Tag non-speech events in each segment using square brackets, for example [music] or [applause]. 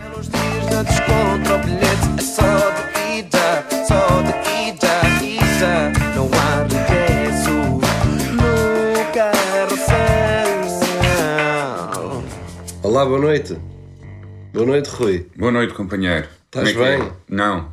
nos dias da descontra, o bilhete é só de ida, só de ida, ida. Não há regresso no carrossel. Olá, boa noite. Boa noite, Rui. Boa noite, companheiro. Estás Como é que é? bem? Não.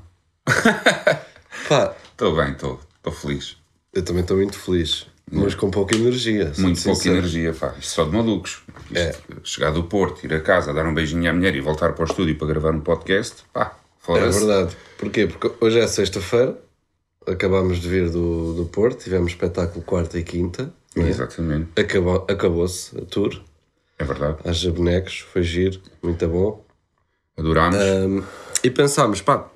Pá, Estou bem, estou. Estou feliz. eu também estou muito feliz, mas com pouca energia. sou-te Muito pouca sincero. energia, pá. Isto só de malucos. Isto, É. eh, Chegar do Porto, ir a casa, dar um beijinho à mulher e voltar para o estúdio para gravar um podcast, pá. É Fora-se. verdade. Porquê? Porque hoje é sexta-feira, acabámos de vir do, do Porto, tivemos espetáculo quarta e quinta. não é? Exatamente. Acabou- Acabou-se a tour, É verdade. haja bonecos, foi giro, muito bom. Adorámos. Um, e pensámos, pá,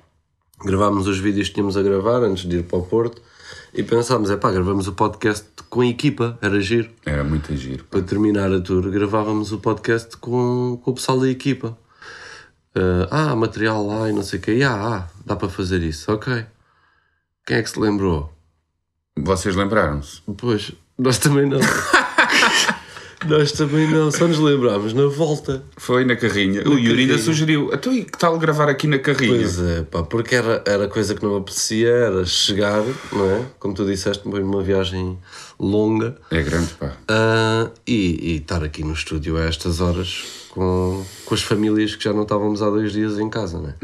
gravámos os vídeos que tínhamos a gravar antes de ir para o Porto e pensámos, é pá, gravamos o podcast com a equipa, era giro. Era muito giro. Para terminar a tour, gravávamos o podcast com, com o pessoal da equipa. Eh, ah, material lá e não sei o quê. E, Ah, ah, dá para fazer isso, ok. Quem é que se lembrou? Vocês lembraram-se? Pois, nós também não. [laughs] nós também não, só nos lembrámos na volta. Foi na carrinha. o Yuri ainda carrinha. sugeriu. Então, e que tal gravar aqui na carrinha? Pois é, pá, porque era, era coisa que não me apetecia, era chegar, não é? Como tu disseste, foi uma viagem longa. É grande, pá. Ah, e, e estar aqui no estúdio a estas horas com, com as famílias que já não estávamos há dois dias em casa, não é?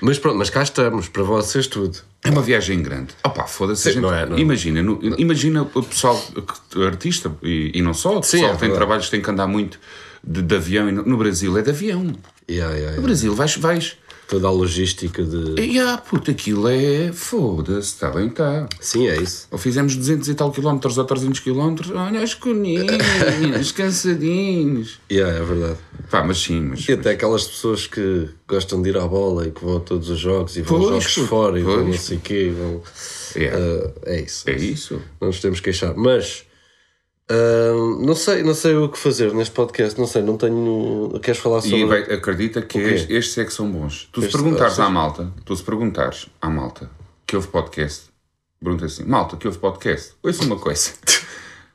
Mas pronto, mas cá estamos, para vocês tudo. É uma viagem grande. Opa, foda-se. a gente- não é, não. Imagina, no- imagina o pessoal, que- artista e, e não só, o Sim, pessoal é que tem verdade. trabalhos que tem que andar muito de, de avião. e No, no Brasil é de avião. No Yeah, yeah, yeah. Brasil vais, vais. Toda a logística de. E ah, puta, aquilo é. Foda-se, está bem, está. Sim, é isso. Ou fizemos 200 e tal quilómetros ou 300 quilómetros. Olha, os [laughs] coninhos, cansadinhos. Yeah, é verdade. Pá, mas sim, mas. E até aquelas pessoas que gostam de ir à bola e que vão a todos os jogos e vão Pois, aos puto, jogos fora e vão não pois. sei o quê. e Vão... É, Ah, é isso. é isso. Não nos temos que queixar. Mas. ah, não sei não sei o que fazer neste podcast. Não sei, não tenho. Queres falar sobre. E vai- acredita que quê? es- estes é que são bons. Tu se Este- perguntares ou seja- à malta, tu se perguntares à malta que houve podcast, pergunta assim, malta que houve podcast, ouça uma coisa. [laughs]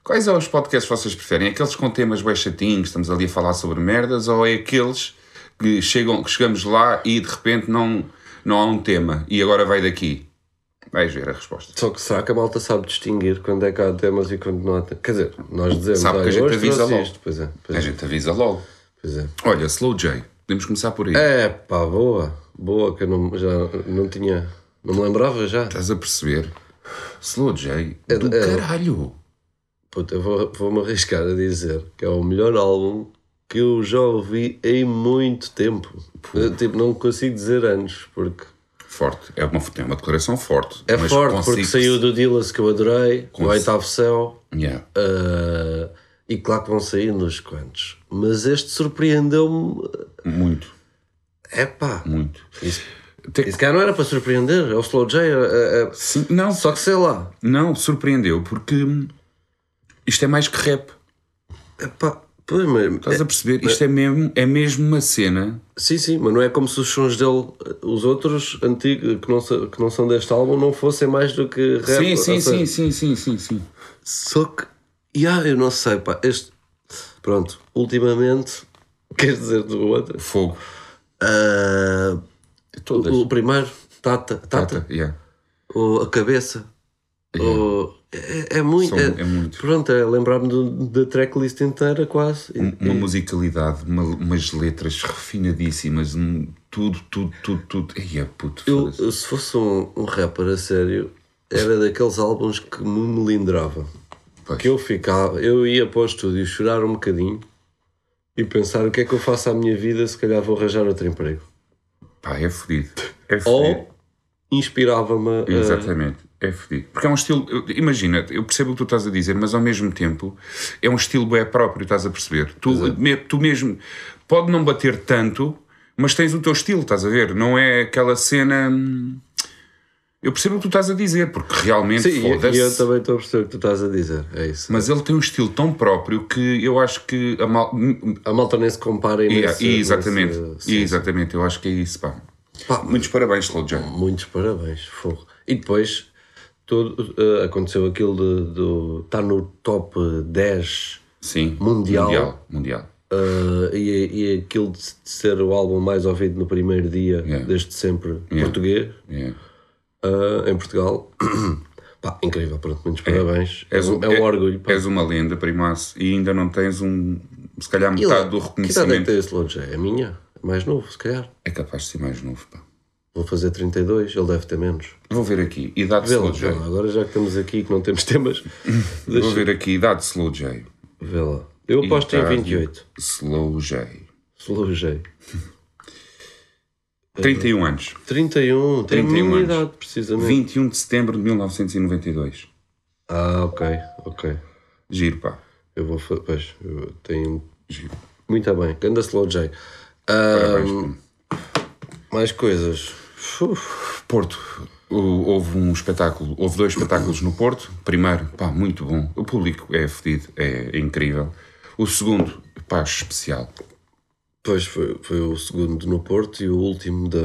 Quais são os podcasts que vocês preferem? Aqueles com temas bem chatinhos, estamos ali a falar sobre merdas, ou é aqueles que, chegam, que chegamos lá e de repente não, não há um tema e agora vai daqui? Vais ver a resposta. Só que será que a malta sabe distinguir quando é que há temas e quando não há temas? Quer dizer, nós dizemos Sabe que a "Olha, gente hoje avisa trouxe logo." isto. Pois é, A pois é. gente avisa logo. Pois é. Olha, Slow J, podemos começar por aí. É pá, boa. Boa, que eu não, já não tinha. Não me lembrava já. Estás a perceber? Slow J, É- do é- caralho! Puta, eu vou- vou-me arriscar a dizer que é o melhor álbum que eu já ouvi em muito tempo. Eu, tipo, não consigo dizer anos, porque. Forte. É uma, tem uma declaração forte. É mas forte, consigo- porque saiu do Dillas que eu adorei, o Oitavo Céu. Yeah. ah, e claro que vão sair nos quantos. Mas este surpreendeu-me. Muito, É pá. muito. Isso, Tem- isso cá não era para surpreender, é o Slow J. é- é- Sim, não, só que sei lá. não, surpreendeu, porque hum, isto é mais que rap. É pá. Pois, mas, Estás a perceber? Isto é mesmo, é mesmo uma cena. Sim, sim, mas não é como se os sons dele, os outros antigos que não, se- que não são deste álbum, não fossem mais do que rap. Sim, ou sim, seja, sim, sim, sim, sim, sim. Só que, yeah, eu não sei, pá, este, pronto, ultimamente, [laughs] queres dizer do outro? Fogo. Ah, Todas. o, o primeiro, Tata, Tata, Tata, yeah. o- a cabeça, o- é, é muito, São- é muito. pronto, é lembrar-me do- da tracklist inteira quase. E- Uma musicalidade, uma- umas letras refinadíssimas, um- tudo, tudo, tudo, tudo. Eia, puto, Eu, foda-se. se fosse um, um rapper a sério, era daqueles álbuns que me melindrava. Pois. Que eu ficava, eu ia para o estúdio chorar um bocadinho e pensar o que é que eu faço à minha vida, se calhar vou arranjar outro emprego. Pá, é fodido. É fodido. Ou inspirava-me a. Exatamente, é fedido. Porque é um estilo. eu- Imagina, eu percebo o que tu estás a dizer, mas ao mesmo tempo é um estilo bem próprio, estás a perceber? Tu, me- tu mesmo pode não bater tanto, mas tens o teu estilo, estás a ver? Não é aquela cena. hum, Eu percebo o que tu estás a dizer, porque realmente Sim, e- e eu foda-se. também estou a perceber o que tu estás a dizer. É isso. Mas ele tem um estilo tão próprio que eu acho que a mal. hum, A malta nem se compara e- nesse, e exatamente, nesse- e exatamente, eu acho que é isso, pá. Pá, Muitos parabéns, Slow Jam. Muitos parabéns, fogo. E depois todo, eh, aconteceu aquilo de estar tá no top 10 Sim. Mundial. Mundial. mundial. Ah, e, e aquilo de ser o álbum mais ouvido no primeiro dia, Yeah. desde sempre, português, Yeah. ah, em Portugal. [coughs] Pá, incrível, pronto, muitos parabéns. É, És um, é um é- orgulho. Pá. És uma lenda, primaço, e ainda não tens um. Se calhar E lá, metade que idade do é que reconhecimento. tem esse Lodge? É a minha? É mais novo, se calhar. É capaz de ser mais novo, pá. Vou fazer 32, ele deve ter menos. Vou ver aqui. Idade Vê lá, Slow vê lá. J. Agora já que estamos aqui que não temos [laughs] temas, Vou deixa ver tá aqui. Idade Slow J. vê lá. Eu aposto em Idade. 28. Slow J. Slowjei. 31 anos. 31, tem a 31 minha anos. idade, precisamente. 21 de setembro de 1992. Ah, ok, ok. Giro, pá. Eu vou fazer. Pois, eu tenho. Giro. Muito bem, Ganda Slow J. Ah, Parabéns, pá. mais coisas. Uf, Porto. O- Houve um espetáculo, houve dois espetáculos no Porto. Primeiro, pá, muito bom. O público é fedido, é incrível. O segundo, pá, especial. Pois foi, foi o segundo no Porto e o último da,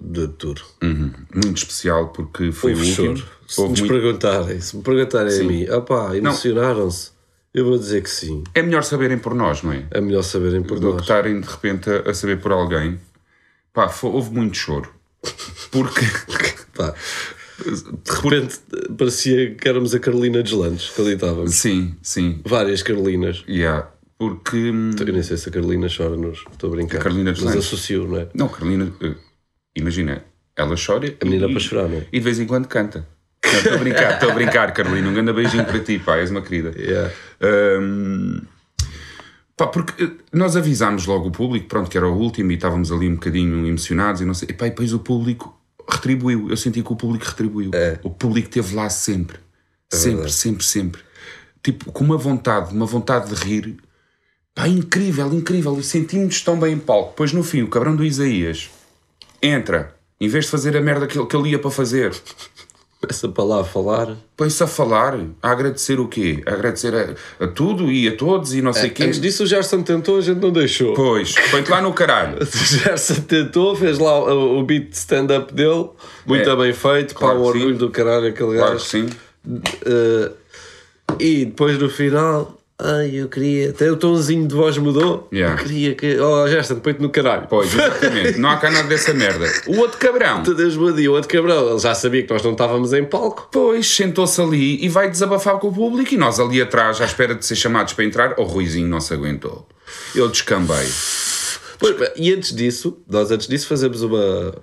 da Tour. Uhum. Muito especial porque foi Houve o último. choro. Se Houve nos muito- perguntarem, se me perguntarem a mim, opá, emocionaram-se, eu vou dizer que sim. É melhor saberem por nós, não é? É melhor saberem por do que nós. estarem de repente a, a saber por alguém. Pá, fo- houve muito choro. Porque. [laughs] [laughs] Pá, de repente parecia que éramos a Carolina dos Landes, que ali estávamos. sim, sim. Várias Carolinas. Yeah. Porque. hum, Eu nem sei se a Carolina chora-nos, estou a brincar. A Carolina dos Mas Landes. associo, não é? Não, Carolina. eh, Imagina, ela chora. A menina e, para chorar, não é? E de vez em quando canta. Não, Estou a brincar, estou a brincar, Carolina. Um grande beijinho para ti, pá, és uma querida. Yeah. Hum, pá, porque eh, nós avisámos logo o público, pronto, que era o último e estávamos ali um bocadinho emocionados e não sei. E, pá, e depois o público retribuiu. Eu senti que o público retribuiu. O público esteve lá sempre. sempre, sempre, sempre. Tipo, com uma vontade, uma vontade de rir. Pá, incrível, incrível. E sentimos-nos tão bem em palco. Depois no fim, o cabrão do Isaías entra, em vez de fazer a merda que ele, que ele ia para fazer, Essa palavra a falar. põe-se a falar, a agradecer o quê? A agradecer a, a tudo e a todos e não sei o quê. É, Antes disso o Gerson tentou, a gente não deixou. Pois, põe-te lá no caralho. [laughs] O Gerson tentou, fez lá o, o beat de stand-up dele, muito É. bem feito, Claro pá, o que orgulho sim. do caralho aquele Claro que gajo. sim. Eh, e depois no final, ai eu queria, até o tonzinho de voz mudou, Yeah. eu queria que, oh Gerson, põe-te no caralho. [laughs] Pois, exatamente. Não há cá nada dessa merda. O outro cabrão. Tu Deus me o outro cabrão, ele já sabia que nós não estávamos em palco. Pois, sentou-se ali e vai desabafar com o público. E nós ali atrás, à espera de ser chamados para entrar, o Ruizinho não se aguentou. Eu descambei. Pois, pá, e antes disso, nós antes disso fazemos uma, uh,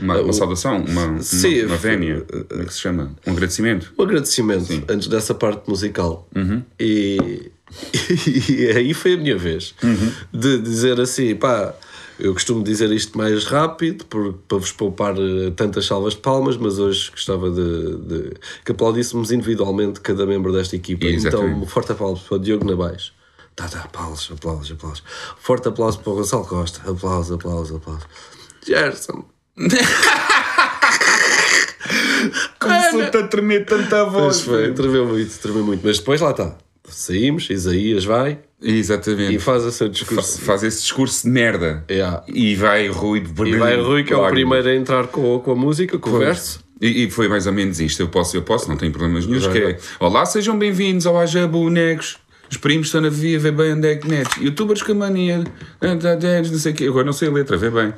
Uma, uma saudação, uma, uma, Sim, uma vénia. Como é que se chama? Um agradecimento. um agradecimento antes dessa parte musical. E, [laughs] e aí foi a minha vez de dizer assim, pá. Eu costumo dizer isto mais rápido por, para vos poupar eh, tantas salvas de palmas, mas hoje gostava de, de- que aplaudíssemos individualmente cada membro desta equipa. Exatamente. Então, um forte aplauso para o Diogo Nabais. Tá, tá, aplausos, aplausos, aplausos. Forte aplauso para o Gonçalo Costa. Aplausos, aplausos, aplausos. Gerson. Começou-te a tremer tanta Pois foi, tremeu muito, tremeu muito. Mas depois lá está. Saímos, Isaías vai e Exatamente. faz o seu Fa- discurso. Faz esse discurso de merda. Yeah. E vai Rui de E vai o Rui, que é o Lágrimas. primeiro a entrar com, com a música, com o verso. [laughs] E, e foi mais ou menos isto. Eu posso, eu posso, não tenho problemas nenhum. Que é, Olá, sejam bem-vindos ao Haja Bonecos. Os primos estão na via, vê bem onde é que metes. Youtubers com a mania. Ah, tá, tá, Não sei o quê. Agora não sei a letra, vê bem.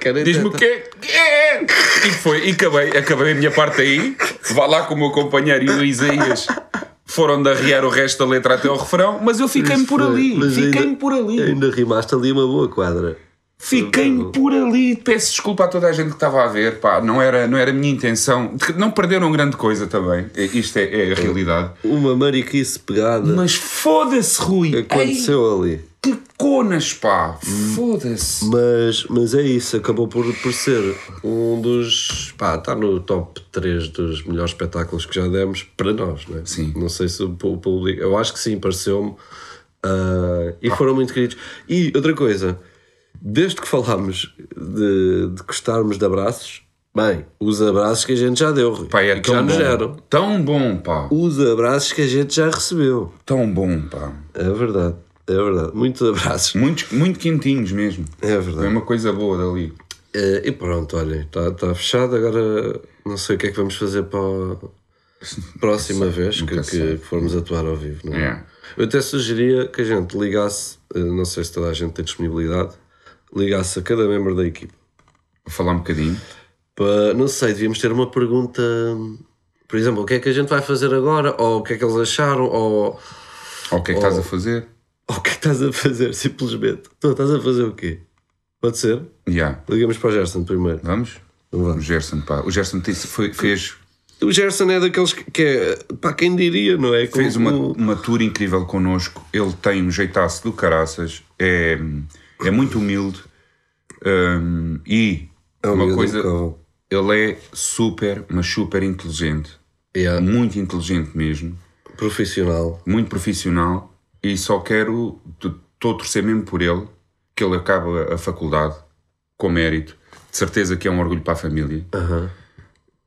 Cara, Diz-me o tá- quê? É. E foi. E acabei, acabei a minha parte aí. Vá lá com o meu companheiro e o Isaías. Foram de arriar o resto da letra até ao refrão, mas eu fiquei-me por ali. Mas ainda- Fiquei-me por ali. Ainda rimaste ali uma boa quadra. Fiquei por ali. Peço desculpa a toda a gente que estava a ver. Pá, não era, não era a minha intenção. De- Não perderam grande coisa também. É- Isto é, é a realidade. Uma mariquice pegada Mas foda-se, Rui. Ei, aconteceu ali. que conas, pá. Foda-se. Mas, mas é isso, acabou por, por ser um dos. pá, está no top 3 dos melhores espetáculos que já demos para nós, não é? Sim. Não sei se o pu- público. Eu acho que sim, pareceu-me. Ah, e foram muito queridos. E outra coisa, desde que falámos de, de gostarmos de abraços, bem, os abraços que a gente já deu, Rui, Pá, é e que tão já nos bom. deram. Tão bom, pá. Os abraços que a gente já recebeu. Tão bom, pá. É verdade, é verdade. Muitos abraços. Muitos, muito quentinhos mesmo. É verdade. Foi uma coisa boa dali. Eh, e pronto, olha, está fechado. Agora não sei o que é que vamos fazer para a próxima vez que, nunca que formos atuar ao vivo. Não é? É. Eu até sugeria que a gente ligasse, eh, não sei se toda a gente tem disponibilidade, ligasse a cada membro da equipa. Vou falar um bocadinho. Para- não sei, devíamos ter uma pergunta, por exemplo, o que é que a gente vai fazer agora, ou o que é que eles acharam, ou Ou o que é que estás a fazer? ou o que é que estás a fazer, [laughs] simplesmente. Tu estás a fazer o quê? Pode ser? Já. Ligamos para o Gerson primeiro. Vamos? Vamos. O Gerson, pá. O Gerson disse- foi- fez, O Gerson é daqueles que, que é, pá, quem diria, não é? Como- fez uma, uma tour incrível connosco. Ele tem um jeitaço do caraças. É, é muito humilde. hum, e É um uma miúdo coisa. impecável. Ele é super, mas super inteligente. Yeah, Muito inteligente mesmo. profissional. muito profissional e só quero, estou a torcer mesmo por ele, que ele acabe a faculdade com mérito. De certeza que é um orgulho para a família, Aham.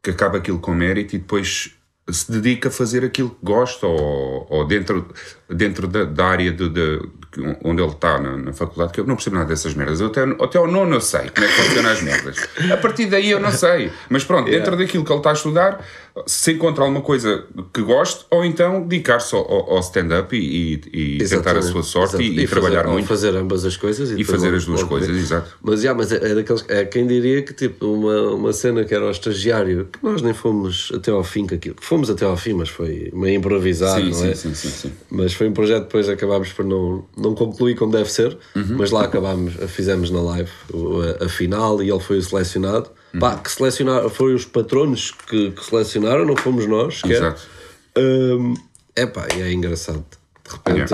que acaba aquilo com mérito e depois se dedica a fazer aquilo que gosta ou, ou dentro, dentro da, da área de, de- que- onde ele está na, na faculdade, que eu não percebo nada dessas merdas. Eu até, até ao nono eu sei como é que funciona as merdas. A partir daí eu não sei. Mas pronto, dentro daquilo que ele está a estudar, se encontrar alguma coisa que goste, ou então dedicar-se ao, ao- ao stand-up e, e- e tentar a Exatamente. sua sorte Exato. e, e trabalhar fazer, ou muito fazer ambas as coisas e fazer as duas coisas coisas, exato. Mas, já, mas é, é daqueles. É quem diria que, tipo, uma, uma cena que era o estagiário, que nós nem fomos até ao fim com aquilo. Fomos até ao fim, mas foi meio improvisado, Sim, não sim, é? sim, sim, sim. Mas foi um projeto que depois acabámos por não, não concluir como deve ser, Uhum. mas lá acabámos, fizemos na live o- a, a final e ele foi o selecionado. Uhum. Pá, que selecionaram, foram os patronos que, que selecionaram, não fomos nós, sequer. Exato. É pá, e é engraçado. De repente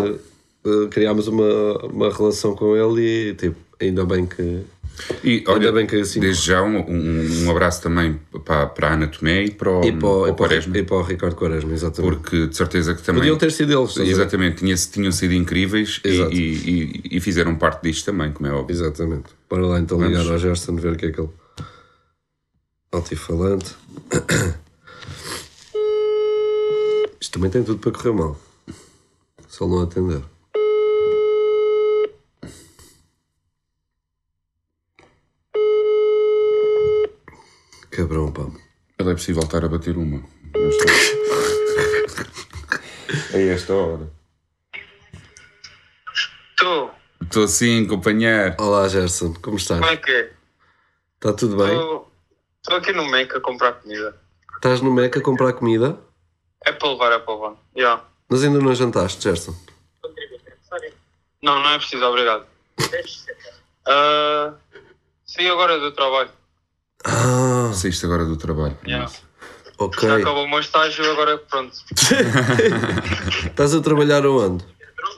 eh, criámos uma, uma relação com ele e tipo, ainda bem que. E olha, bem que assim- desde já um, um- um abraço também para, para a Ana Tomé e para o, E para, o- para e o para o- Quaresma, e para o Ricardo Quaresma, exatamente. porque de certeza que também. Podiam ter sido eles, estás a ver? Exatamente, tinha, tinham sido incríveis e, Exato. e- e- e fizeram parte disto também, como é óbvio. Exatamente. Para lá então ligar ao Gerson ver o que é que ele. Altifalante. [coughs] Isto também tem tudo para correr mal. Só não atender. Cabrão, pá. Ele é preciso voltar a bater uma. [laughs] Nesta hora. é esta hora. Tu, Estou sim, companheiro. Olá, Gerson, como estás? como é que é? Está tudo bem? Estou aqui no Mac a comprar comida. Estás no Meca a comprar comida? É para levar, é para levar. Yeah. Mas ainda não jantaste, Gerson. Não, não é preciso, obrigado. Ah, saí agora é do trabalho. Ah, Saíste agora do trabalho. Yeah. ok. Já acabou o meu estágio, agora é pronto. Estás a trabalhar aonde?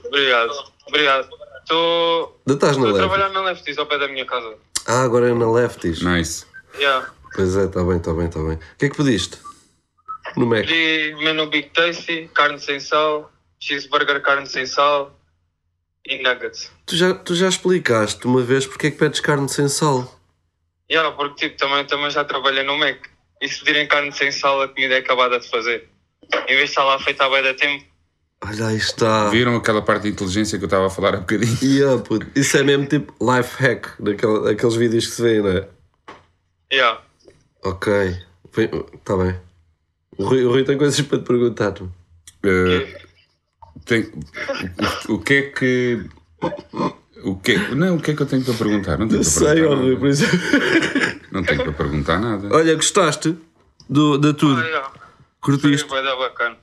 Obrigado, obrigado. Estou Ainda estás na estou a leve? trabalhar na Lefties ao pé da minha casa. Ah, agora é na Lefties. Nice. Yeah. Pois é, está bem, está bem, está bem. O que é que pediste? No Mac. Pedi menu Big Tasty, carne sem sal, cheeseburger carne sem sal e nuggets. Tu já, tu já explicaste uma vez porque é que pedes carne sem sal. Yeah, porque tipo, também, também já trabalhei no Mac. E se pedirem carne sem sal, a comida é acabada de fazer. Em vez de estar lá feita à beira da tempo, Olha, aí está. Viram aquela parte de inteligência que eu estava a falar há bocadinho? Yeah, puto. Isso é mesmo tipo life hack, daquele, daqueles vídeos que se vêem, não é? yeah. Ok. Está bem. O Rui, o Rui tem coisas para te perguntar. Uh, tem- o, o que é que. O que é- não, o que é que eu tenho para perguntar? Não tenho Eu para sei, ó perguntar Rui, nada. por isso. [laughs] Não tenho para perguntar nada. Olha, gostaste do, de tudo? Ah, yeah. Foi Curtiste? bué da bacana.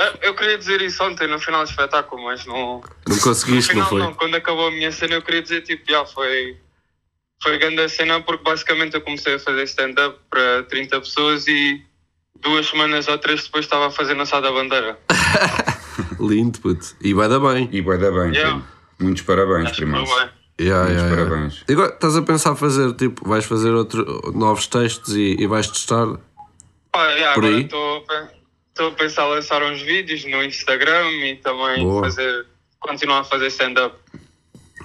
Ah, Eu queria dizer isso ontem no final do espetáculo, mas não. Não No conseguiste, não final, foi? não, quando acabou a minha cena, eu queria dizer tipo, yeah, foi. Foi grande a cena porque basicamente eu comecei a fazer stand-up para 30 pessoas e duas semanas ou três depois estava a fazer na Sada Bandeira. Lindo, puto. E vai dar bem. E vai dar bem, Yeah. primo. Muitos parabéns, Acho que primeiro. foi bem. Yeah, Muitos yeah, yeah. parabéns. E agora estás a pensar fazer tipo, vais fazer outro, novos textos e, e vais testar? Pá, já, Por agora aí? estou a pensar em lançar uns vídeos no Instagram e também Boa. fazer, continuar a fazer stand-up.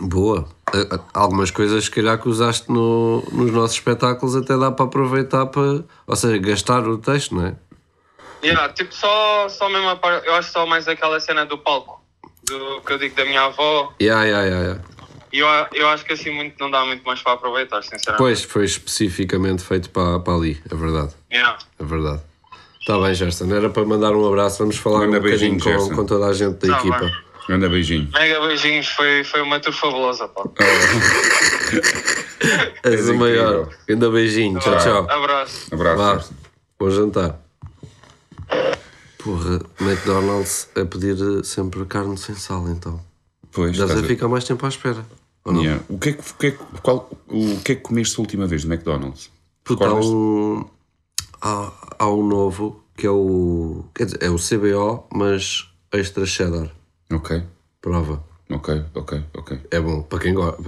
Boa. A- a- Algumas coisas se calhar que usaste no, nos nossos espetáculos até dá para aproveitar para, ou seja, gastar o texto, não é? Yeah, tipo, só, só mesmo a par- eu acho só mais aquela cena do palco, do que eu digo da minha avó, Yeah, yeah, yeah, yeah. e eu, eu acho que assim muito, não dá muito mais para aproveitar, sinceramente. Pois, foi especificamente feito para, para ali, é verdade, Yeah. é verdade. Está bem, Gerson. Era para mandar um abraço. Vamos falar Manda um bocadinho beijinho, com, Gerson. com toda a gente da Tá equipa. bem. [laughs] Manda beijinho. Mega beijinhos, foi, foi uma tour fabulosa, pá. És o incrível. Tá maior. Ainda beijinho. Tchau, tchau. Abraço. Um Abraço. Vá. Gerson. Bom jantar. Porra, McDonald's a pedir eh, sempre carne sem sal, então. Pois, Deves estás a a- ficar mais tempo à espera. Ou não? Yeah. O, que é que, o, que é que, qual- o que é que comeste a última vez no McDonald's? Puta, há Recordas-te? um, há, há um novo que é o. Quer dizer, é o CBO, mas extra cheddar. Ok, Prova. ok, ok, ok. É bom, para quem gosta.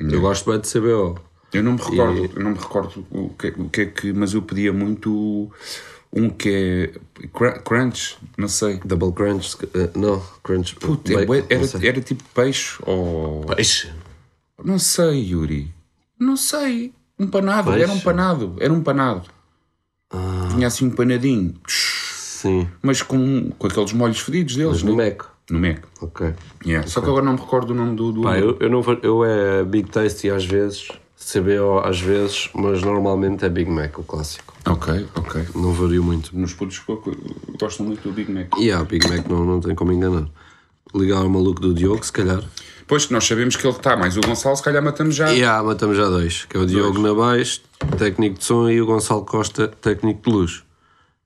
Eu gosto bem de CBO. Eu não me recordo, eu não me recordo o que, é- o que é que, mas eu pedia muito um que é cra- crunch, não sei. Double crunch. se ca- eh, não, crunch. Puta, bacon, é- não era, é sei. era tipo peixe ou. Peixe. Não sei, Yuri. Não sei. Um panado, Peixe. Ah. era um panado, era um panado. Tinha assim um panadinho, Sim. mas com, com aqueles molhos fedidos deles, Mas no né? Mac. no Mac. Ok. Yeah. Só que agora não me recordo o nome do. do- Pá, eu, eu, não, vou- eu é Big Tasty às vezes, CBO às vezes, mas normalmente é Big Mac, o clássico. Ok, ok. Não vario muito. Nos putos co- co- gostam muito do Big Mac. E há Big Mac, não, não tem como enganar. Ligar ao maluco do Diogo, se calhar. Pois que nós sabemos que ele está, mas o Gonçalo se calhar matamos já. E há, matamos já Ah. dois, que é o Diogo Nabais, técnico de som, e o Gonçalo Costa, técnico de luz.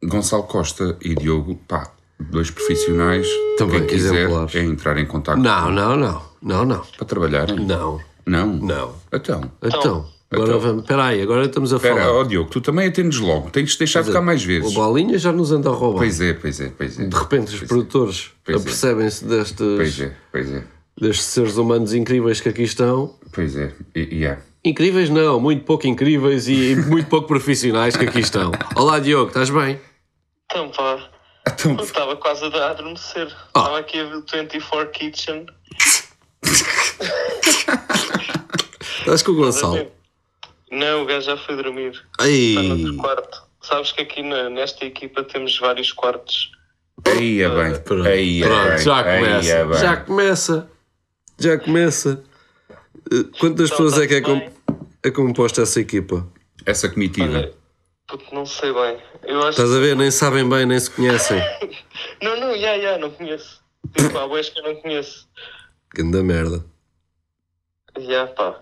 Gonçalo Costa e Diogo, pá, dois profissionais. Também, Quem quiser exemplares. é entrar em contato Não, não, não. Não, não. para trabalharem. Não. Não? Não. Então. Então, agora vamos. Espera aí, agora estamos a Espera, falar. ó Diogo, tu também atendes logo. Tens de deixar ficar mais O vezes. Bolinha já nos anda a roubar. Pois é, pois é, pois é. de repente, os produtores Pois é. apercebem-se Pois destes, é, pois é. destes seres humanos incríveis que aqui estão. Pois é. E, e é. Incríveis não, muito pouco incríveis e [laughs] muito pouco profissionais que aqui estão. Olá Diogo, estás bem? Então, pá. Então, Eu Estava quase a adormecer. Ah. Estava aqui a ver o 24 Kitchen. Estás com o Gonçalo? Não, o gajo já foi dormir. Está no Ei, outro quarto. Sabes que aqui na- nesta equipa temos vários quartos. aí é bem. pronto, Aí é pronto, bem. já começa. Aí é bem. já começa. Já começa. Eh, Quantas Então, pessoas é que é, está-se com- é composta essa equipa? Essa comitiva. Olha, puto, não sei bem. Eu acho Estás a ver? Nem sabem bem, nem se conhecem. Não, não, já, já, não conheço. Tipo, há boés que eu não conheço. Ganda merda. Já, pá.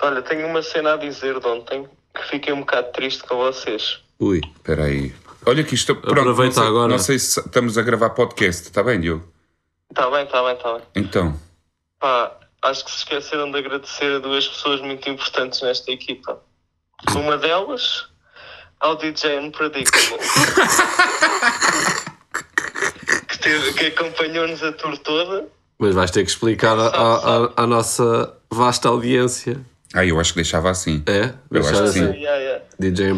Olha, tenho uma cena a dizer de ontem que fiquei um bocado triste com vocês. Ui. Espera aí. Olha que isto. Pronto, Aproveita não sei- agora. Não sei se estamos a gravar podcast, está bem, Diogo? Tá bem, tá bem, tá bem. Então. Pá, acho que se esqueceram de agradecer a duas pessoas muito importantes nesta equipa. Uma delas ao DJ Unpredictable. que, teve- que acompanhou-nos a tour toda. Mas vais ter que explicar à- à à- à nossa vasta audiência. Ah, eu acho que deixava assim. É? Eu acho que sim. Já, já. DJ Foi um DJ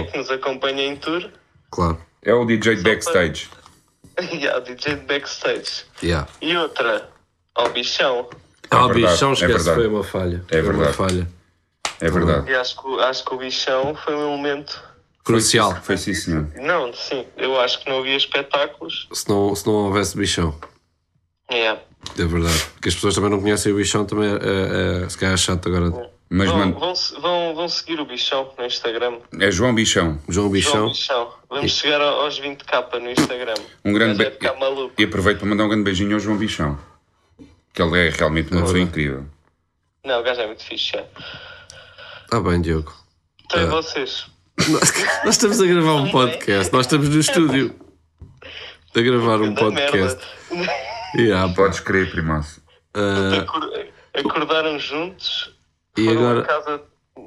Impredictable. que nos acompanha em tour. [laughs] Claro. É o DJ de backstage. E ao DJ de backstage. Yeah. E outra, ao bichão. Ah, verdade, bichão, é esquece, verdade. foi uma falha. Foi É uma verdade. falha. É verdade. E acho que, o- acho que o bichão foi um momento. Crucial. Foi sim, senhor. Não, sim, eu acho que não havia espetáculos. Se não, se não houvesse bichão, É. é verdade. Porque as pessoas também não conhecem o bichão, também é, é, se calhar é chato agora. Mas Vão, mano, vão, se- vão, vão seguir o bichão no Instagram. é João Bichão. João João Bichão, Bichão. Vamos chegar ao- aos 20k no Instagram. Um grande Ele vai be- ficar maluco. E aproveito para mandar um grande beijinho ao João Bichão. Que ele é realmente uma pessoa incrível. Não, o gajo é muito fixe. é. está Tá bem, Diogo. Então É. e vocês? Nós, nós estamos a gravar um podcast, nós estamos no estúdio a gravar um Da podcast. Yeah, pá. Podes crer, primaço. merda. Acor- Acordaram juntos, E foram um a agora, casa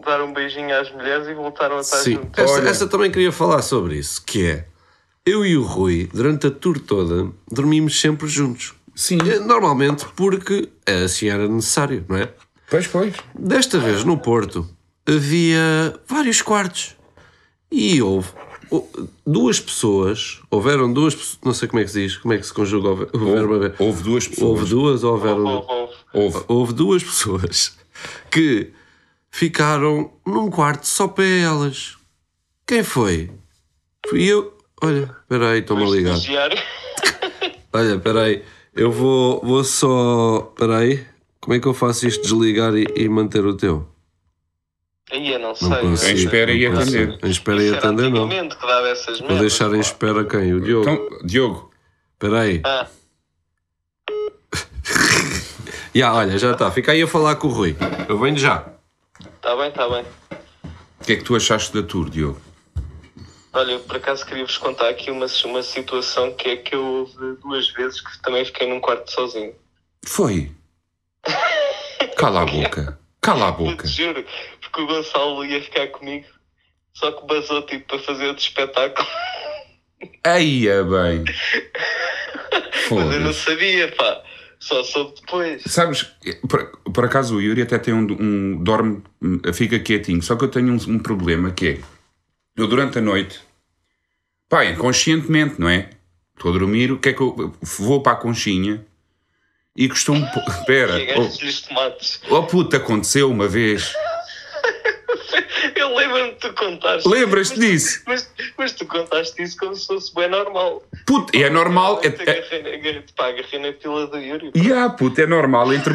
dar um beijinho às mulheres e voltaram a estar sim, É. juntos. essa, Olha. essa também queria falar sobre isso, que é eu e o Rui, durante a tour toda, dormimos sempre juntos. Sim. Eh, Normalmente porque eh, assim era necessário, não é? Pois, pois. Desta vez no Porto havia vários quartos e houve o- duas pessoas, houveram duas pessoas, não sei como é que se diz, como é que se conjuga o ver- o verbo haver. Houve, houve duas pessoas. Houve duas ou houveram. Houve, houve. Houve. Houve duas pessoas que ficaram num quarto só para elas. Quem foi? Fui eu. Olha, espera aí, estou-me a ligar. Estagiário. Olha, peraí, eu vou, vou só. Peraí, como é que eu faço isto desligar e, e manter o teu? [laughs] Aí eu não sei. consigo. Em espera e não consigo. atender. Em espera e atender, não. Antigamente que dava essas Vou merdas. deixar em pá. espera quem? O Diogo. Então, Diogo, Espera aí. Ah, Já, olha, já está. Fica aí a falar com o Rui. Eu venho já. tá bem, tá bem. o que é que tu achaste da tour, Diogo? Olha, eu por acaso queria-vos contar aqui uma, uma situação que é que eu houve duas vezes que também fiquei num quarto sozinho. Foi. Cala a boca. Cala a Eu boca. te juro, porque o Gonçalo ia ficar comigo, só que basou tipo para fazer outro espetáculo. [laughs] Aí é bem. Mas eu não Foda-se. sabia, pá. Só soube depois. Sabes, por, por acaso o Yuri até tem um, um- dorme, fica quietinho, só que eu tenho um, um problema que é, eu durante a noite, pá, inconscientemente, não é? Estou a dormir, o que é que eu, vou para a conchinha e costumo, pô- [laughs] espera, Chegaste-lhe os tomates. [laughs] oh, oh puta, aconteceu uma vez, Eu lembro-me de tu contaste. lembras-te disso? Mas, mas tu contaste isso como se fosse bem normal. Puta, é normal, Eu é, é, agarrei, na- agarrei, pá, agarrei na pila do Yuri. E ah, puto, é normal entre.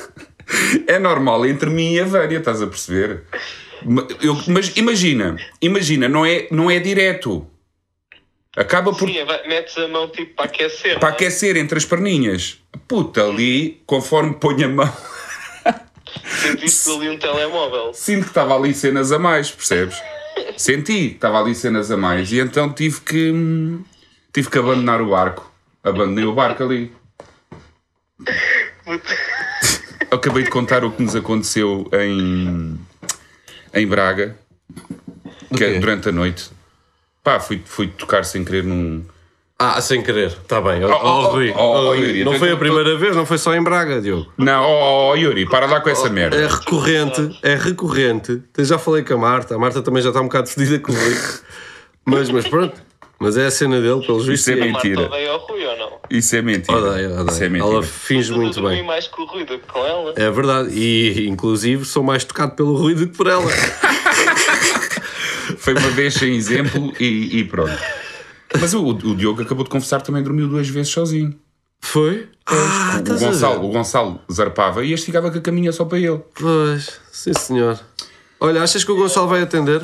[laughs] é normal entre mim e a Vânia, estás a perceber? Ma- eu- mas imagina, imagina, não é, não é direto. Acaba por. Sim, é, vai- metes a mão tipo para aquecer. para aquecer entre as perninhas. Puta, ali, conforme ponho a mão, Sentiste ali um telemóvel. sinto que estava ali cenas a mais, percebes? Senti que estava ali cenas a mais e então tive que. hum, tive que abandonar o barco. Abandonei o barco ali. Acabei de contar o que nos aconteceu em, em Braga, que é quê? durante a noite. Pá, fui, fui tocar sem querer num. Ah, sem querer. Está bem. Ó, Oh, oh, ó, Rui. oh, oh, Ó, Rui. Yuri, Não então- foi a primeira vez, não foi só em Braga, Diogo. Não, oh, oh, oh, Yuri, para lá com essa merda. É recorrente, é recorrente. Eu já falei com a Marta, a Marta também já está um bocado fedida com o Rui. Mas, mas pronto. Mas é a cena dele, pelos vistos. é e- bem- Marta Mentira. odeia ao Rui ou não? Isso é mentira. Odeio, Isso é odeio. mentira. Ela finge Eu muito dormi bem. mais com o Rui do que com ela. É verdade. E, inclusive, sou mais tocado pelo Rui do que por [laughs] ela. Foi uma vez sem exemplo e, e pronto. Mas o, o Diogo acabou de confessar também dormiu duas vezes sozinho. Foi? Ah, O estás a ver? Gonçalo, o Gonçalo zarpava e este ficava com a caminha só para ele. Pois, sim senhor. Olha, achas que o Gonçalo vai atender?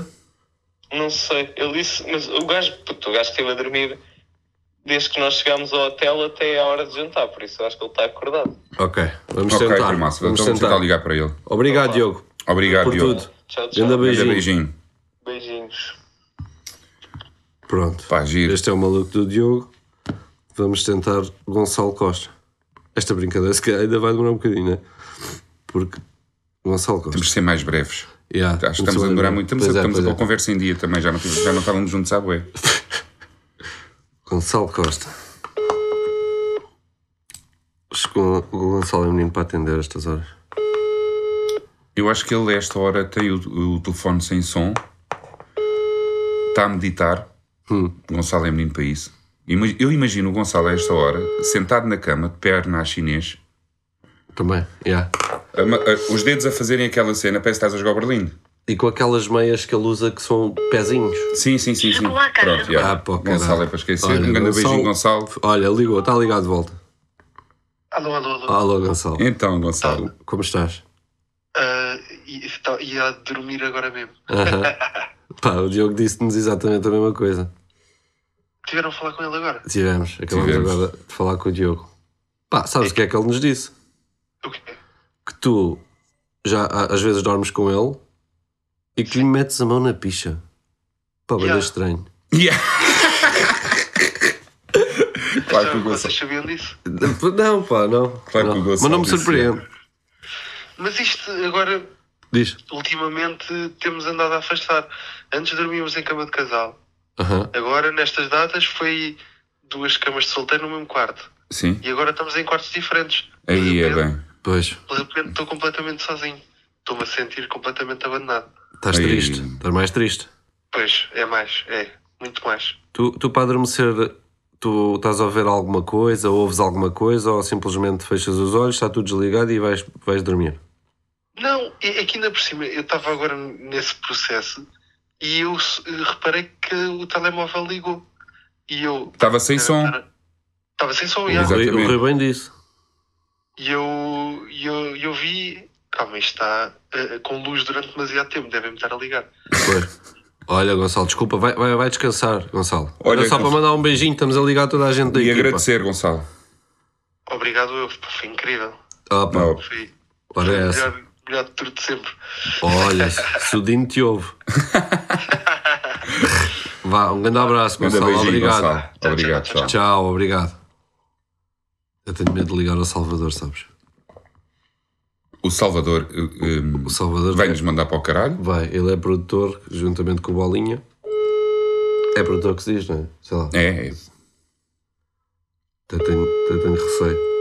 Não sei, ele disse, mas o gajo, puto, o gajo esteve a dormir desde que nós chegámos ao hotel até à hora de jantar, por isso eu acho que ele está acordado. Ok, vamos ok, tentar. Primaço, vamos então vamos tentar. tentar ligar para ele. Obrigado, Diogo, Obrigado, por Diogo. tudo. Tchau, tchau. Grande Grande beijinho. beijinho. Beijinhos. Pronto. Pá, giro. Este é o maluco do Diogo. Vamos tentar Gonçalo Costa. Esta brincadeira se calhar ainda vai demorar um bocadinho, né? Porque Gonçalo Costa. Temos de ser mais breves. Yeah, um Acho que estamos a demorar muito. Estamos, Pois a, é, estamos a pois é. pôr conversa em dia também. Já não, tive- já não estávamos juntos à bué. Gonçalo Costa. Acho que o Gonçalo é um menino para atender a estas horas. Eu acho que ele, a esta hora, tem o, o telefone sem som. Está a meditar. Hum. Gonçalo é menino para isso. Ima- Eu imagino o Gonçalo, a esta hora, sentado na cama, de perna a chinês, Também, yeah. A ma- a- Os dedos a fazerem aquela cena, parece que estás a jogar Berlim. E com aquelas meias que ele usa que são pezinhos. Sim, sim, sim. sim. Pronto, já. Ah, pô, caralho. Gonçalo é para esquecer. Olha, um grande Gonçalo- beijinho, Gonçalo. Olha, ligou, está ligado de volta. Alô, alô, Ah. alô. Alô, Gonçalo. Então, Gonçalo. Como estás? Ah, e está- e há de dormir agora mesmo. Pá, o Diogo disse-nos exatamente a mesma coisa. Tiveram a falar com ele agora? Tivemos, acabamos Tivemos. agora de falar com o Diogo. Pá, sabes o que é que ele nos disse? O quê? Que tu já a- às vezes dormes com ele e que lhe metes a mão na picha. Pá, bem Yeah. estranho. Yeah. claro que Sabe, o Gonçalo. Então, vocês sabiam disso? [laughs] Não, pá, não. Claro que não. o Mas Gonçalo não me disse, surpreende. Mas isto agora, Diz. ultimamente, temos andado a afastar. Antes dormíamos em cama de casal. Aham. Agora, nestas datas, foi duas camas de solteiro no mesmo quarto. Sim. E agora estamos em quartos diferentes. Aí é de repente, bem. Pois, de repente estou completamente sozinho. Estou-me a sentir completamente abandonado. estás Ei. triste. Estás mais triste. Pois, é mais, é. Muito mais. Tu, tu para adormecer, tu estás a ver alguma coisa, ouves alguma coisa ou simplesmente fechas os olhos, está tudo desligado e vais, vais dormir? Não, é é que ainda por cima, eu estava agora nesse processo e eu s- reparei que o telemóvel ligou. E eu. Estava sem som. Estava sem som, O já. Exato. Rui, Exatamente. o Rui bem disse. E eu, e eu, e eu vi calma, isto está eh, com luz durante demasiado tempo, devem-me estar a ligar. Foi. Olha, Gonçalo, desculpa, vai, vai, vai descansar, Gonçalo. Olha, Olha, só Gonçalo. para mandar um beijinho, estamos a ligar toda a gente da E equipa. agradecer, Gonçalo. Obrigado, eu, pá, foi incrível. Ah, pá, Não. Foi, Olha foi o essa. melhor, melhor de tudo de sempre. Olha, se o Dino te [laughs] ouve. Vá, um grande abraço, Manda Gonçalo. beijinho, obrigado. Gonçalo. tchau, Obrigado, tchau, tchau. Tchau, obrigado. Eu tenho medo de ligar ao Salvador, sabes? O Salvador eh, eh, O Salvador vai-nos mandar para o caralho. Vai, ele é produtor, juntamente com o Bolinha. É produtor que se diz, não é? Sei lá. É, é. Até tenho, até tenho receio.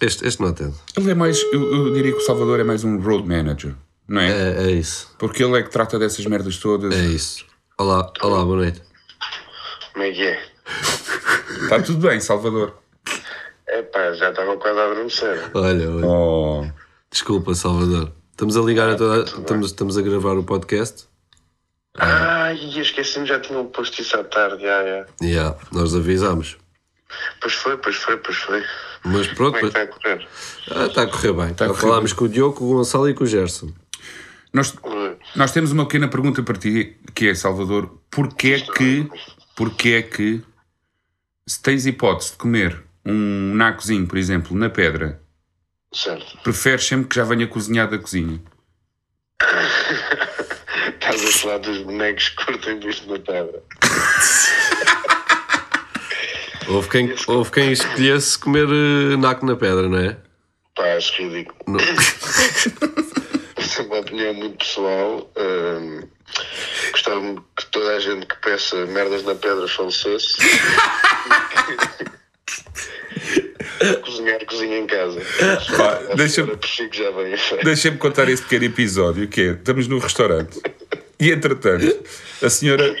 Este, este não atende. Ele é mais, eu, eu diria que o Salvador é mais um road manager, não é? É, é isso. Porque ele é que trata dessas merdas todas. É isso. Olá, olá, boa noite. Como é que é? Está tudo bem, Salvador. Epá, já estava quase a adormecer. Olha, olha. Oh, Desculpa, Salvador. Estamos a ligar a toda. Estamos, estamos a gravar o podcast. Ah, e esqueci-me, já tinham posto isso à tarde. Ah, é. Yeah, nós avisámos. Pois foi, pois foi, pois foi. Mas pronto, Como é que mas- vai correr? ah, está a correr bem. Está a correr Falámos com o Diogo, com o Gonçalo e com o Gerson. nós, nós temos uma pequena pergunta para ti, que é, Salvador, porquê é que, porquê é que, se tens hipótese de comer um nacozinho, por exemplo, na pedra, Certo. preferes sempre que já venha cozinhado da cozinha? Estás a falar dos bonecos que curtem bicho na pedra. Houve quem, houve quem escolhesse comer eh, naco na pedra, não é? Pá, acho ridículo. Não. Isso é uma opinião muito pessoal. Ahm, Gostava-me que toda a gente que peça merdas na pedra [laughs] falecesse. Cozinhar, cozinha em casa. Pá, deixa-me- Agora prefiro que já venha feito. Deixa-me contar esse pequeno episódio que é, estamos no restaurante e entretanto a senhora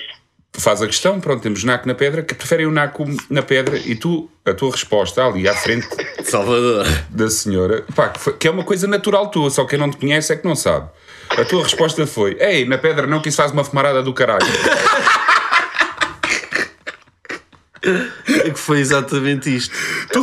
faz a questão, pronto, temos naco na pedra, que preferem o naco na pedra e tu, a tua resposta ali à frente Salvador. da senhora, pá, que, foi- que é uma coisa natural tua, só quem não te conhece é que não sabe. A tua resposta foi, ei, na pedra não que isso faz uma fumarada do caralho. É que foi exatamente isto.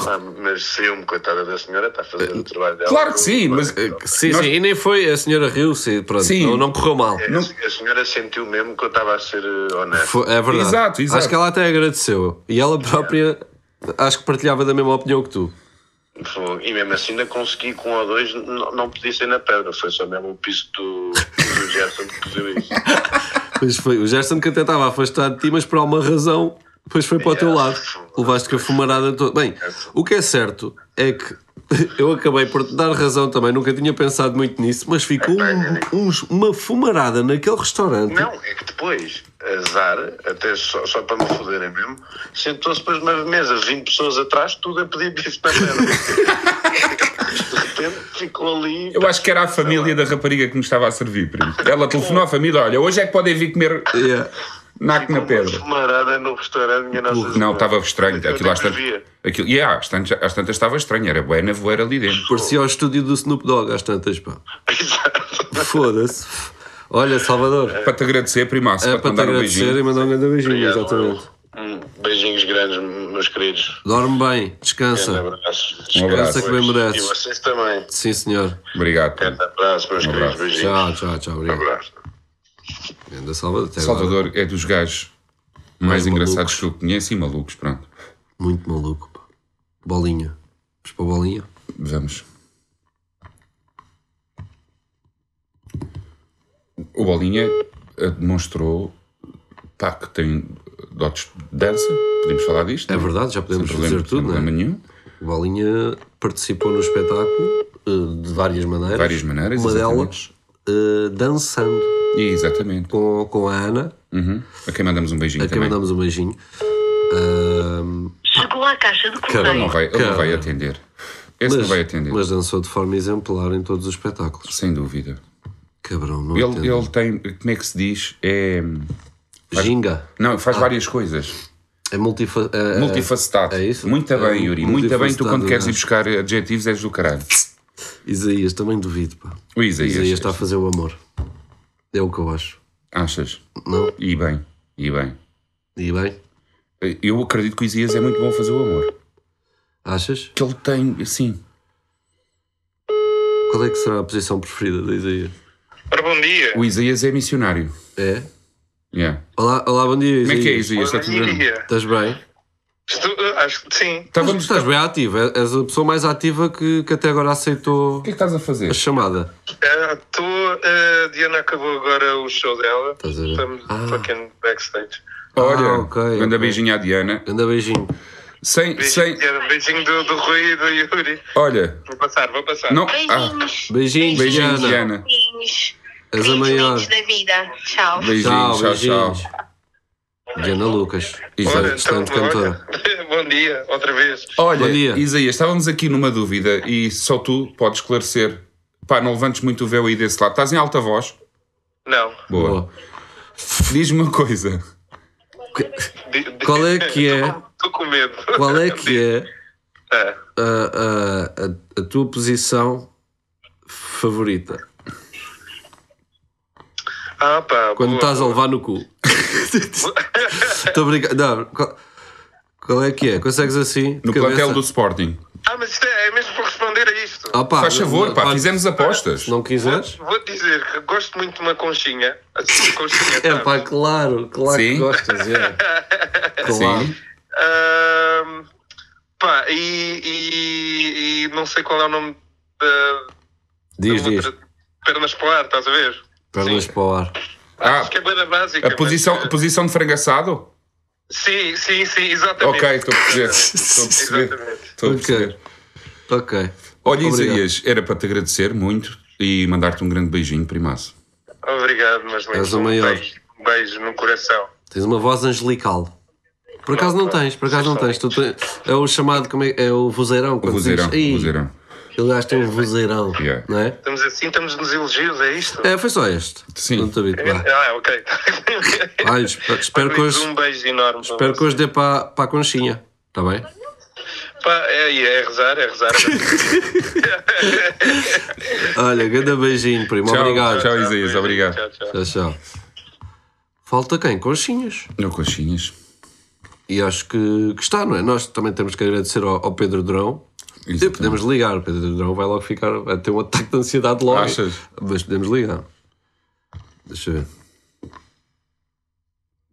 Pá, mas saiu-me, coitada da senhora, está a fazer o trabalho dela. Claro que sim, mas... eh, É que- Sim, Nós- sim, e nem foi. A senhora riu-se, pronto, Sim. É. Não, não correu mal. A- A senhora sentiu mesmo que eu estava a ser eh, honesto. Foi- é verdade. Exato, exato. Acho que ela até agradeceu. E ela própria, acho que partilhava da mesma opinião que tu. Foi- E mesmo assim ainda consegui com um ou dois, não, não podia ser na pedra, foi só mesmo o piso do, do Gerson que deu [laughs] isso. Pois foi. O Gerson que até estava afastado de ti, mas por alguma razão, depois foi para o É. teu lado. Levaste com a fumarada toda. Bem, o que é certo é que [laughs] eu acabei por te dar razão também, nunca tinha pensado muito nisso, mas ficou É, um- uns- uma fumarada naquele restaurante. Não, é que depois, azar, até só, só para me foderem mesmo, sentou-se depois numa mesa, 20 pessoas atrás, tudo a pedir bife [laughs] na pedra. De repente ficou ali. Eu acho que era a família da rapariga que me estava a servir, primo. Ela telefonou à família, olha, hoje é que podem vir comer Yeah. naco na uma pedra. fumarada no restaurante, minha nossa Não, Senhora. estava estranho. Eu Aquilo às nem tantas. via. Aquilo, yeah, às, tantas, às tantas estava estranho. Era bué na voeira ali dentro. Parecia ao estúdio do Snoop Dogg às tantas, pá. [laughs] Exato. Foda-se. Olha, Salvador, Para te agradecer, primaço. é para para te te mandar um agradecer beijinho. e mandar um grande beijinho, Obrigado. exatamente. um, Hum, Beijinhos grandes, meus queridos. Dorme bem, Um descansa. abraço. abraço. Descansa é que bem mereces. E vocês também. Sim, senhor. Obrigado. Um abraço, meus queridos. abraço. Tchau, Beijinhos. tchau, tchau. Um Obrigado. abraço. Anda, Salvador. até agora. Salvador é dos gajos mais, Mais engraçados que eu conheço e malucos. Pronto. Muito maluco, pá. Bolinha. Vamos para a bolinha? Vamos. O Bolinha eh, demonstrou pá, que tem dotes de dança. Podemos falar disto? É verdade, já podemos Problema, dizer sem tudo, problema não é? nenhum. O Bolinha participou no espetáculo eh, de várias maneiras. De várias maneiras, Uma exatamente. delas eh, dançando E, exatamente. com, com a Ana, Uhum. A quem mandamos um beijinho a quem também. mandamos um beijinho. Ahm, Chegou à caixa de correio. Ele não vai, ele não Cara. vai atender. Esse não vai atender, mas dançou de forma exemplar em todos os espetáculos. sem dúvida. Cabrão, não Ele, entendo. ele tem, como é que se diz? É. Ginga. Não, faz várias coisas. É, multifa Ah. é, é- Multifacetado. é isso? Muito É bem, um Yuri. Muito bem, tu multifacetado quando queres ir gajo. buscar adjetivos és do caralho. Isaías, também duvido, pá. O Isaías. Isaías está a fazer o amor. É o que eu acho. Achas? Não? E bem, e bem. E bem? Eu acredito que o Isaías é muito bom a fazer o amor. Achas? Que ele tem, assim. Qual é que será a posição preferida da Isaías? Ora, bom dia. O Isaías é missionário. É? Yeah. Olá, olá bom dia, Isaías. Como é que é, Isaías? Tá, Está Bom tudo bem? dia. Estás bem? Estou- acho que sim. Estás, Estávamos- estás bem ativa. É- És a pessoa mais ativa que, que até agora aceitou O que é que estás a fazer? a chamada. Ah, Estou. a eh, Diana acabou agora o show dela. Estás a ver? Estamos Ah. fucking backstage. Olha, Ah, ok, manda ok. beijinho à Diana. Anda beijinho. Sem, Beijinho, sem, Diana, beijinho do, do Rui e do Yuri. olha, Vou passar, vou Tá. passar. não. Ah, Beijinhos. Beijinhos, beijinho, Diana. Diana. Beijinhos. És a Beijinhos maior. da vida. Tchau. Beijinho, Tchau, tchau, tchau. beijinhos. Diana Lucas, Olha, é excelente então, cantora. olha, Bom dia, [laughs] outra vez. Bom dia. Olha, Isaías, estávamos aqui numa dúvida e só tu podes esclarecer. Pá, não levantes muito o véu aí desse lado. Estás em alta voz? Não. Boa. Boa. Diz-me uma coisa. Qual é [laughs] que é? Estou com medo. Qual é [laughs] que é É. a, a, a, a tua posição favorita? Ah, pá. Quando boa. estás a levar no cu. Estou brincando. Não, qual, qual é que é? Consegues assim? de No cabeça? plantel do Sporting. Ah, mas isto é, é mesmo para responder a isto. Ah, pá, Faz favor, não- pá, olha, fizemos apostas. Se não quiseres. Vou dizer que gosto muito de uma conchinha. Assim, conchinha. [laughs] É sabes? pá, claro, claro Sim. que gostas. [laughs] É. Claro. Sim. Ahm, pá, e, e- e não sei qual é o nome da. Diz, da diz. outra- Pernas para o ar, estás a ver? Pernas Sim. para o ar. Ah, Acho que é bem básica. a posição, mas- eh, a posição de frango assado? Sim, sim, sim, exatamente. Ok, estou a perceber. Estou a perceber. Exatamente. Estou a perceber. Ok. Ok. Obrigado. Olha, Isaías, era para te agradecer muito e mandar-te um grande beijinho, primaço. Obrigado, mas És um o maior. beijo, um beijo no coração. Tens uma voz angelical. Por acaso não tens, por acaso não tens. Tu tens- é o chamado, como é, é o vozeirão. O Quando vozeirão, dizes, o "Ei, vozeirão. Ele gasta um vozeirão, Yeah. não é? Estamos assim, estamos nos elogios, é isto? É, foi só este. Sim. Não te habito. É, vá. Ah, ok. [laughs] Olha, espero, É, espero que Um hoje, beijo enorme. para espero que vocês. hoje dê para, para a conchinha. Está bem? Pá, é, é rezar, é [laughs] rezar. Olha, grande beijinho, primo. Tchau, Obrigado. tchau, Isaías, obrigado. Tchau, tchau. Tchau, tchau. Falta quem? Conchinhas. Não, coxinhas. E acho que, que está, não é? Nós também temos que agradecer ao, ao Pedro Drão. E Exatamente. podemos ligar. O Pedro Drão vai logo ficar. Vai ter um ataque de ansiedade logo. Achas? Mas podemos ligar. Deixa eu ver.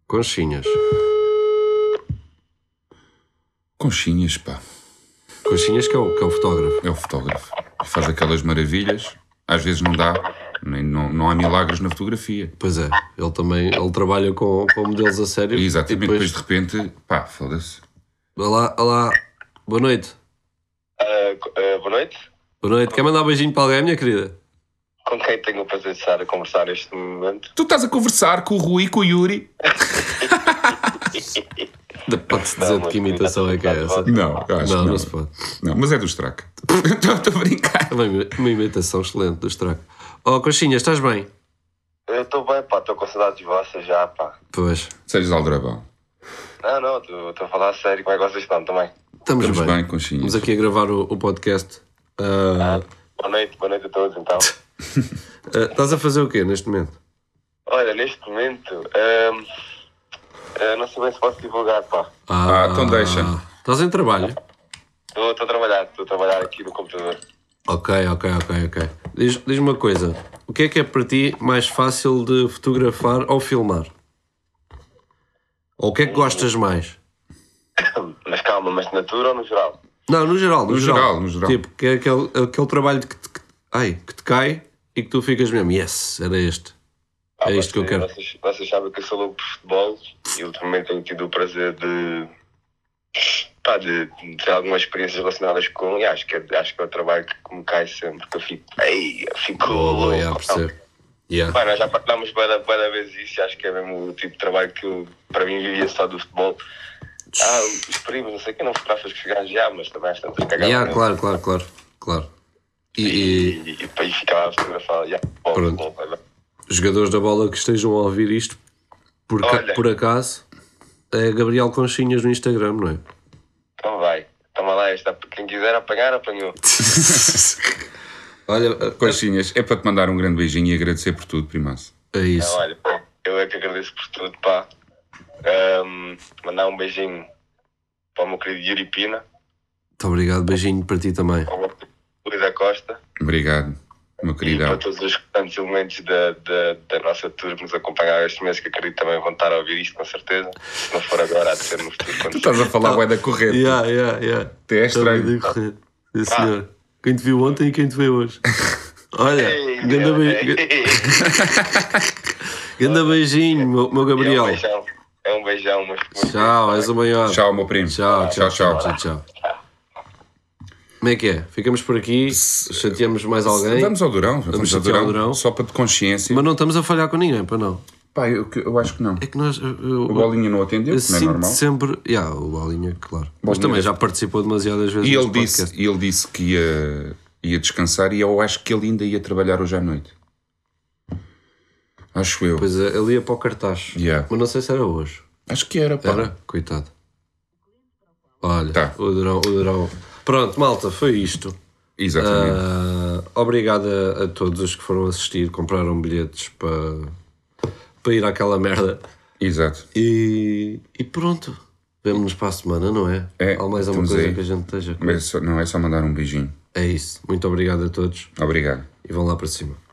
Conchinhas. Conchinhas, pá. Conchinhas que é o, que é o fotógrafo. É o fotógrafo. E Faz aquelas maravilhas. Às vezes não dá. Nem, não, não há milagres na fotografia. Pois é, ele também ele trabalha com, com modelos a sério. Exatamente. E Depois, depois, de repente, pá, foda-se. Olá, olá, boa noite. Ah, ah, boa noite. Boa noite. Quer mandar um beijinho para alguém, minha querida? Com quem tenho o prazer de estar a conversar neste momento? Tu estás a conversar com o Rui e com o Yuri? Pode-se dizer de que imitação é que é essa. Não, eu acho Não, que não, não. se pode. Não, mas é do Strack. [laughs] Estou a brincar. É bem, uma imitação excelente do Straco. Oh, Coxinha, estás bem? Eu estou bem, pá. Estou com saudades vossas já, pá. Pois, Sejas aldrabão. Não, não. Estou estou a falar a sério. Como é que vocês estão também? estamos, Estamos bem. bem, conchinhas. Estamos aqui a gravar o, o podcast. Ah, Boa noite. Boa noite a [laughs] todos, então. ah, estás a fazer o quê neste momento? Olha, neste momento... ahm, ah, não sei bem se posso divulgar, pá. Ah, então deixa. Estás em trabalho? Estou estou a trabalhar. Estou a trabalhar aqui no computador. Ok, ok, ok, ok. Diz- Diz-me uma coisa. O que é que é para ti mais fácil de fotografar ou filmar? Ou o que é que gostas mais? Mas calma, mas na natura ou no geral? Não, no geral, no, No geral. geral, no geral. Tipo, que é aquele, aquele trabalho que te, que- ai, que te cai e que tu ficas mesmo, yes, era este. Ah, É isto que eu vocês- quero. Vocês, vocês sabem que eu sou louco por futebol e ultimamente tenho tido o prazer de, pá, de, de ter algumas experiências relacionadas com. E acho que, é- acho que é o trabalho que me cai sempre, que eu fico. Ei, ficou Oh, louco. yeah, percebo. Yeah. Pá, nós já partilhámos várias vezes isso e acho que é mesmo o tipo de trabalho que eu, para mim vivia só do futebol. Ah, os primos, não sei quem não fotografas que chegaram já, mas também às tantas cagadas. Yeah, né? claro, claro, claro, claro. E, e E, e, e, e ficava a fotografar. Yeah, bom, Pronto. bom, bom, bom. jogadores da bola que estejam a ouvir isto, por, ca- Olha. por acaso, é Gabriel Conchinhas no Instagram, não é? Então vai. Toma lá esta. Quem quiser apanhar, apanhou. Olha, Conchinhas, é para te mandar um grande beijinho e agradecer por tudo, primaço. [laughs] é isso. Olha, pô, eu é que agradeço por tudo, pá. Ahm, mandar um beijinho para o meu querido Yuri Pina, Muito obrigado, beijinho para ti também. para o meu querido Luís da Costa, Obrigado. meu E para queridão. todos os restantes elementos da, da, da nossa tour que nos acompanharam este mês, que acredito também vão estar a ouvir isto, com certeza. Se não for agora, há de ser no futuro. quando Tu estás a falar bué da corrente. Yeah, yeah, yeah. Até é estranho. Estava a correr. [laughs] Sim, senhor. Quem te viu ontem e quem te vê hoje. Olha, Ei, ganda, [laughs] be... ei, ei. ganda beijinho, meu, meu É um Gabriel. beijão. É um beijão, mas muito Tchau, és o maior. Tchau, meu primo. Tchau, tchau, tchau. tchau, tchau, tchau. Como é que é? Ficamos por aqui, chateamos mais alguém, Vamos ao Durão, vamos, ao chatear Durão, o Durão. só para de consciência. mas não estamos a falhar com ninguém, para não. Pá, eu, eu acho que não. É que nós. Eu, O eu, Bolinha não atendeu, eu que não é sinto normal. sempre. Yeah, o Bolinha, claro. Mas Bolinha também deve- já participou demasiadas vezes E ele neste podcast. disse, e ele disse que ia, ia descansar e eu acho que ele ainda ia trabalhar hoje à noite. Acho eu. Pois é, ele ia para o cartaz. Yeah. Mas não sei se era hoje. Acho que era, pá. Era? Coitado. Olha, Tá. o Durão, o Durão. Pronto, malta, foi isto. Exatamente. Ah, obrigado a, a todos os que foram assistir, compraram bilhetes para, para ir àquela merda. Exato. E, e pronto. Vemo-nos para a semana, não é? É, Há mais alguma estamos coisa aí. que a gente esteja. Mas só- não é só é mandar um beijinho. É isso. Muito obrigado a todos Obrigado. e vão lá para cima.